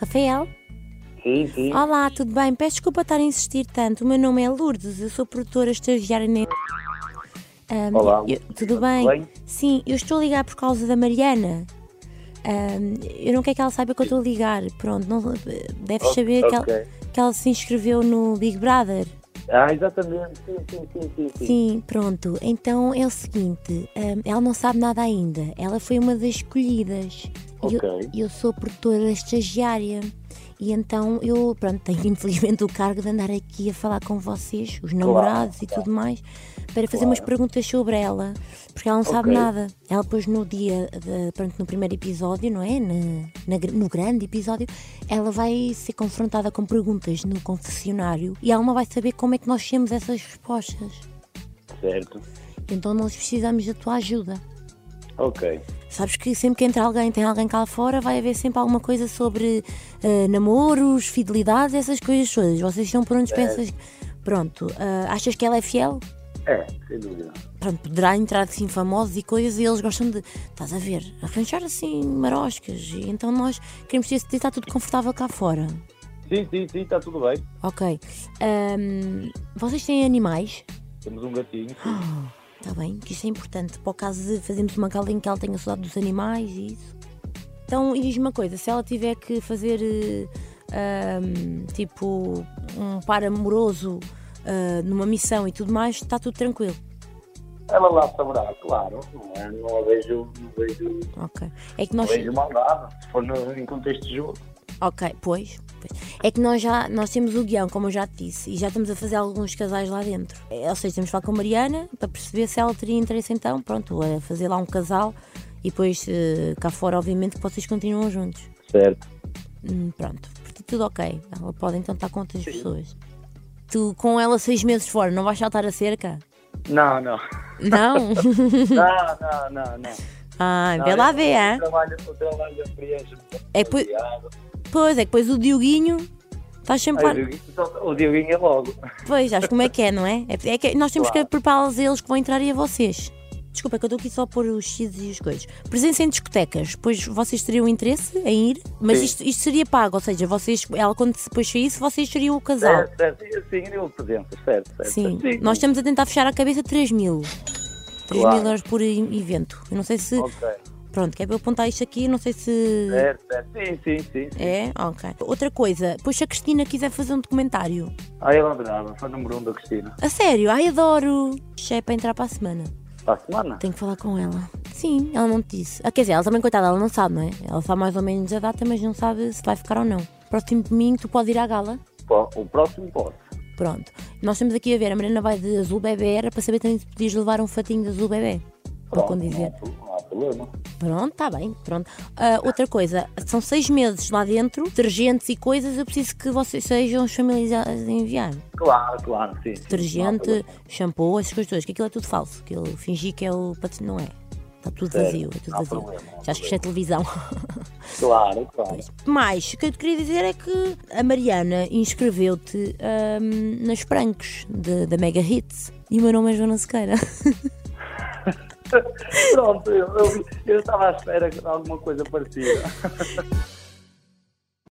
Rafael? Sim, sim. Olá, tudo bem? Peço desculpa estar a insistir tanto. O meu nome é Lourdes, eu sou produtora estagiária na. Ahm, Olá. eu- tudo bem? bem? Sim, eu estou a ligar por causa da Mariana. Ahm, eu não quero que ela saiba que eu estou a ligar. Pronto, não, deves Ok, saber que, ela, ok. que ela se inscreveu no Big Brother. Ah, exatamente. Sim, sim, sim, sim. sim. Sim, pronto. Então é o seguinte: hum, ela não sabe nada ainda. Ela foi uma das escolhidas. E Ok. Eu, eu sou produtora estagiária. E então eu, pronto, tenho infelizmente o cargo de andar aqui a falar com vocês, os namorados e tudo mais, para fazer umas perguntas sobre ela, porque ela não sabe Ok. nada. Ela pôs no dia, de- pronto, no primeiro episódio, não é? Na- na gr- no grande episódio, ela vai ser confrontada com perguntas no confessionário e ela não vai saber como é que nós temos essas respostas. Certo. Então nós precisamos da tua ajuda. Ok. Sabes que sempre que entra alguém, tem alguém cá fora, vai haver sempre alguma coisa sobre eh, namoros, fidelidades, essas coisas todas. Vocês estão por onde pensas. Pronto, ah, achas que ela é fiel? É, sem dúvida. Pronto, poderá entrar assim famosos e coisas e eles gostam de, estás a ver, arranjar assim maroscas. E então nós queremos ter certeza que está tudo confortável cá fora. Sim, sim, sim, está tudo bem. Ok. Ahm, vocês têm animais? Temos um gatinho. Está bem, que isto é importante. Para o caso de fazermos uma cala em que ela tenha saudade dos animais e isso. Então, e diz-me uma coisa: se ela tiver que fazer eh, ahm, tipo um par amoroso ah, numa missão e tudo mais, está tudo tranquilo. Ela lá saberá, claro. Não, é? não a vejo, não vejo, Ok. É que nós. não vejo maldade. Se for no- em contexto de jogo. Ok, pois. pois. É que nós já nós temos o guião, como eu já te disse, e já estamos a fazer alguns casais lá dentro. É, Ou seja, temos de falar com a Mariana para perceber se ela teria interesse então, pronto, a fazer lá um casal e depois eh, cá fora, obviamente, que vocês continuam juntos. Certo. Hum, pronto, portanto tudo ok. Ela pode então estar com outras pessoas. Tu com ela seis meses fora, não vais saltar a cerca? Não, não. Não? Não, não, não, não. Ai, Não, é vê lá eu- ver, o hein? trabalho- O trabalho preenche-me. É pois- Pois, é que depois o Dioguinho estás sempre. a- Ai, o Dioguinho só- O Dioguinho é logo. Pois, sabes como é que é, não é? É, é que nós temos que prepará-los a eles que vão entrar e a vocês. Desculpa, é que eu estou aqui só a pôr os X e as coisas. Presença em discotecas, pois vocês teriam interesse em ir, mas Sim. isto, isto seria pago, ou seja, vocês, ela quando depois saísse, vocês seriam o casal. Certo, É, certo. Sim, eu presente, certo, certo. Sim. certo. nós estamos a tentar fechar a cabeça 3 mil. 3 Claro. mil euros por i- evento. Eu não sei se. Ok. Pronto, quer para eu apontar isto aqui? Não sei se. Certo, certo. Sim, sim, sim. sim. É? Ok. Outra coisa, pois se a Cristina quiser fazer um documentário. Ah, ela adorava. Foi o número um da Cristina. A sério, ai adoro! Isto é para entrar para a semana. Para a semana? Tenho que falar com ela. Sim, ela não te disse. Ah, quer dizer, ela também, coitada, ela não sabe, não é? Ela sabe mais ou menos a data, mas não sabe se vai ficar ou não. Próximo domingo, tu podes ir à gala? Pô, O próximo pode. Pronto. Nós estamos aqui a ver, a Mariana vai de azul bebê, era para saber também se podias levar um fatinho de azul bebê. Para Pronto, condizer. Não, há- não há problema. Pronto, está bem, pronto. Ah, outra coisa, são seis meses lá dentro, detergentes e coisas, eu preciso que vocês sejam os familiarizados a enviar. Claro, claro, sim. sim, não há Detergente, problema. shampoo, essas coisas todas, que aquilo é tudo falso, que eu fingi que é o patro- não é. Está tudo Certo, vazio, é tudo não há vazio. problema, não há Já acho que isto é televisão. Claro, claro. Mas, o que eu te queria dizer é que a Mariana inscreveu-te ahm, nas pranks de- da Mega Hits. E o meu nome é Joana Sequeira. Pronto, eu, eu, eu estava à espera de alguma coisa parecida.